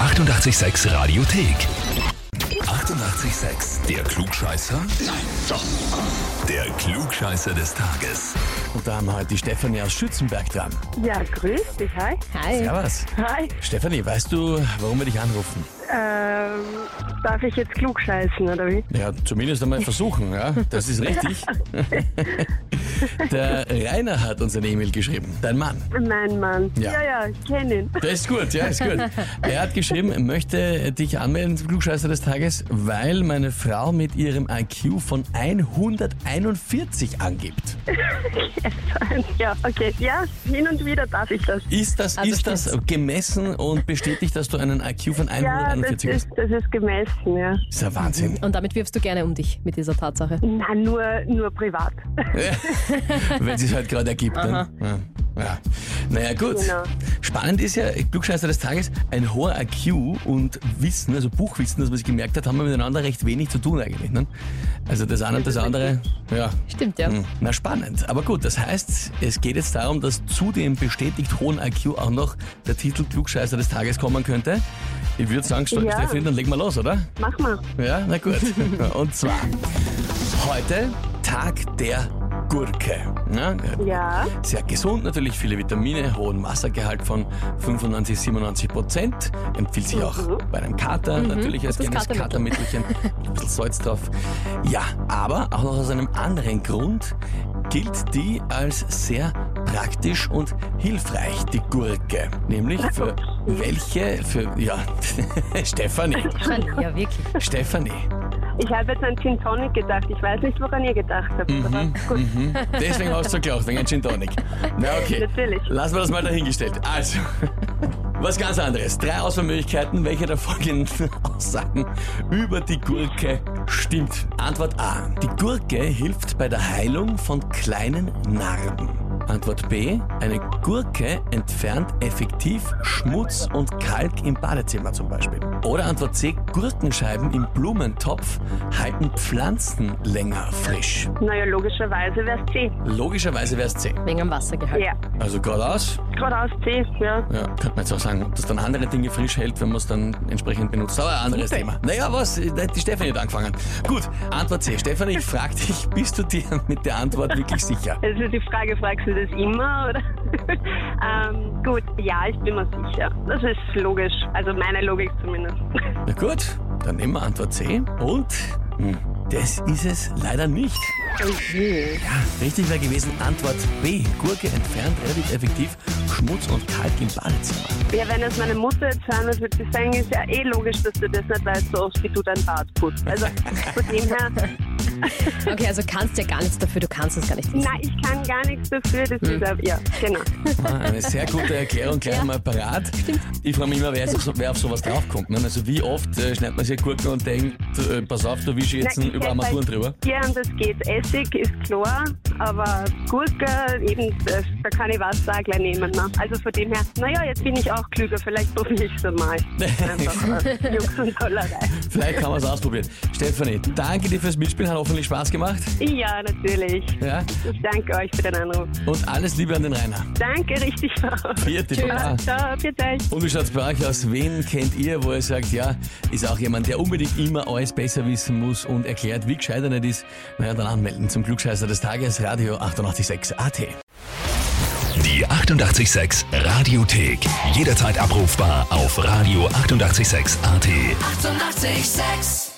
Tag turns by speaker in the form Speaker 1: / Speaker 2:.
Speaker 1: 886 Radiothek. 88,6. Der Klugscheißer? Nein, doch. Der Klugscheißer des Tages.
Speaker 2: Und da haben wir heute die Stefanie aus Schützenberg dran.
Speaker 3: Ja, grüß dich, hi.
Speaker 4: Hi.
Speaker 2: Servus.
Speaker 3: Hi.
Speaker 2: Stefanie, weißt du, warum wir dich anrufen?
Speaker 3: Ähm, darf ich jetzt klug scheißen, oder wie?
Speaker 2: Ja, zumindest einmal versuchen, ja? Das ist richtig. Der Rainer hat uns eine E-Mail geschrieben. Dein Mann.
Speaker 3: Mein Mann.
Speaker 2: Ja.
Speaker 3: ja, ja ich kenne ihn.
Speaker 2: Das ist gut, ja, ist gut. Er hat geschrieben, er möchte dich anmelden zum Klugscheißer des Tages, weil meine Frau mit ihrem IQ von 141 angibt.
Speaker 3: Ja, okay. Ja, hin und wieder darf ich Ah, das.
Speaker 2: Ist das,
Speaker 4: Also
Speaker 2: ist das gemessen und bestätigt, dass du einen IQ von
Speaker 3: Ja, das
Speaker 2: 141
Speaker 3: ist,
Speaker 2: hast?
Speaker 3: das ist gemessen, ja.
Speaker 2: Das ist ja Wahnsinn.
Speaker 4: Und damit wirfst du gerne um dich mit dieser Tatsache.
Speaker 3: Na, nur, nur privat.
Speaker 2: Wenn sie es halt gerade ergibt. Dann, ja. Ja. Naja, gut.
Speaker 3: Genau.
Speaker 2: Spannend ist ja, Glückscheißer des Tages, ein hoher IQ und Wissen, also Buchwissen, das man sich gemerkt hat, haben wir miteinander recht wenig zu tun eigentlich. Ne? Also das eine und das andere, ja.
Speaker 4: Stimmt, ja.
Speaker 2: Hm, Na spannend. Aber gut, das heißt, es geht jetzt darum, dass zu dem bestätigt hohen IQ auch noch der Titel Klugscheißer des Tages kommen könnte. Ich würde sagen, Ste-
Speaker 3: Ja.
Speaker 2: Stefanie, dann legen wir los, oder?
Speaker 3: Mach mal.
Speaker 2: Ja, na gut. Und zwar heute Tag der Gurke. Ja,
Speaker 3: Ja,
Speaker 2: sehr gesund natürlich, viele Vitamine, hohen Wassergehalt von 95, 97 Prozent. Empfiehlt sich auch
Speaker 3: Mhm.
Speaker 2: bei einem Kater natürlich als
Speaker 4: gutes
Speaker 2: kleines
Speaker 4: Katermittel.
Speaker 2: Katermittelchen. Ein bisschen Salz drauf. Ja, aber auch noch aus einem anderen Grund gilt die als sehr praktisch und hilfreich, die Gurke. Nämlich für welche, für, ja, Stefanie,
Speaker 4: Ja, wirklich.
Speaker 2: Stefanie.
Speaker 3: ich habe jetzt an Gin Tonic gedacht. Ich weiß nicht, woran ihr gedacht habt. aber gut.
Speaker 2: Deswegen hast du geglaubt, wegen einem Gin Tonic. Na okay.
Speaker 3: Natürlich.
Speaker 2: Lassen wir das mal dahingestellt. Also, was ganz anderes. Drei Auswahlmöglichkeiten. Welche der folgenden Aussagen über die Gurke stimmt? Antwort A. Die Gurke hilft bei der Heilung von kleinen Narben. Antwort B. Eine Gurke entfernt effektiv Schmutz und Kalk im Badezimmer zum Beispiel. Oder Antwort C. Gurkenscheiben im Blumentopf halten Pflanzen länger frisch.
Speaker 3: Naja, logischerweise wär's C.
Speaker 2: Logischerweise wäre es C.
Speaker 4: Wegen am Wasser gehalten.
Speaker 3: Ja,
Speaker 2: Also geradeaus,
Speaker 3: geradeaus C, ja.
Speaker 2: ja, könnte man jetzt auch sagen, ob das dann andere Dinge frisch hält, wenn man es dann entsprechend benutzt. Aber ein anderes Thema. Naja, was? Da hat Die Stefanie hat angefangen. Gut, Antwort C. Stefanie, ich frage dich, bist du dir mit der Antwort wirklich sicher?
Speaker 3: Also die Frage, fragst du das immer, oder? ähm, gut, ja, ich bin mir sicher. Das ist logisch. Also meine Logik zumindest.
Speaker 2: Na gut, dann nehmen wir Antwort C. Und hm, das ist es leider nicht.
Speaker 3: Okay.
Speaker 2: Ja, richtig wäre gewesen Antwort B. Gurke entfernt relativ effektiv Schmutz und Kalk im Badezimmer.
Speaker 3: Ja, wenn es meine Mutter jetzt hören, das wird sie sagen, ist ja eh logisch, dass du das nicht weißt, so oft wie du dein Bad putzt. Also von dem her,
Speaker 4: Okay, also kannst ja gar nichts dafür, du kannst es gar nicht wissen.
Speaker 3: nein, ich kann gar nichts dafür, das ist aber, ja, genau.
Speaker 2: Ah, Eine sehr gute Erklärung, gleich mal parat. Ich frage mich immer, wer, ist auf so, wer auf sowas draufkommt. Ne? Also wie oft äh, schneidet man sich Gurken und denkt, äh, pass auf, da wische ich jetzt
Speaker 3: Nein,
Speaker 2: einen über
Speaker 3: ich weiß,
Speaker 2: Armaturen drüber.
Speaker 3: Ja, und das geht. Essig ist klar, aber Gurke, eben, das, da kann ich was sagen, gleich nehmen. Ne? Also von dem her, naja, jetzt bin ich auch klüger, vielleicht probiere ich es einmal. Einfach äh, Jux und Tollerei.
Speaker 2: Vielleicht kann man es ausprobieren. Stefanie, danke dir fürs Mitspielen, hat hoffentlich Spaß gemacht.
Speaker 3: Ja, natürlich.
Speaker 2: Ja?
Speaker 3: Ich danke euch für den Anruf.
Speaker 2: Und alles Liebe an den Rainer.
Speaker 3: Danke, richtig.
Speaker 2: Vierte Baba.
Speaker 3: Ja, ciao, bitte euch.
Speaker 2: Und wie schaut's bei euch aus? Wen kennt ihr, wo ihr sagt, ja, ist auch jemand, der unbedingt immer alles besser wissen muss und erklärt, wie gescheit er nicht ist? Na ja, dann anmelden zum Glückscheißer des Tages, Radio 886 AT.
Speaker 1: Die 88,6 Radiothek. Jederzeit abrufbar auf radio886.at. 88,6.
Speaker 5: Eighty-eight, sex.